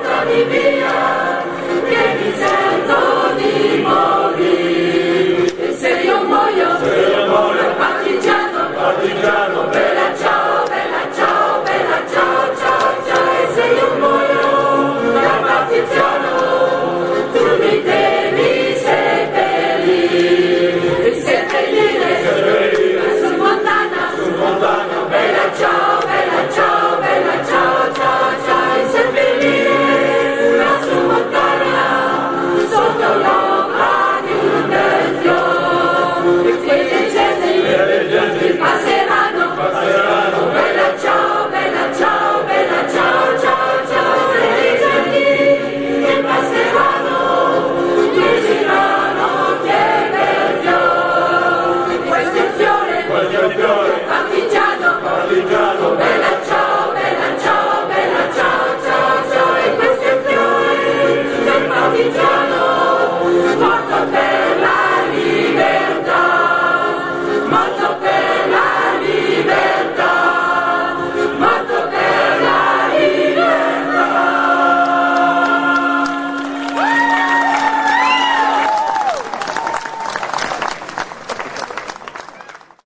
be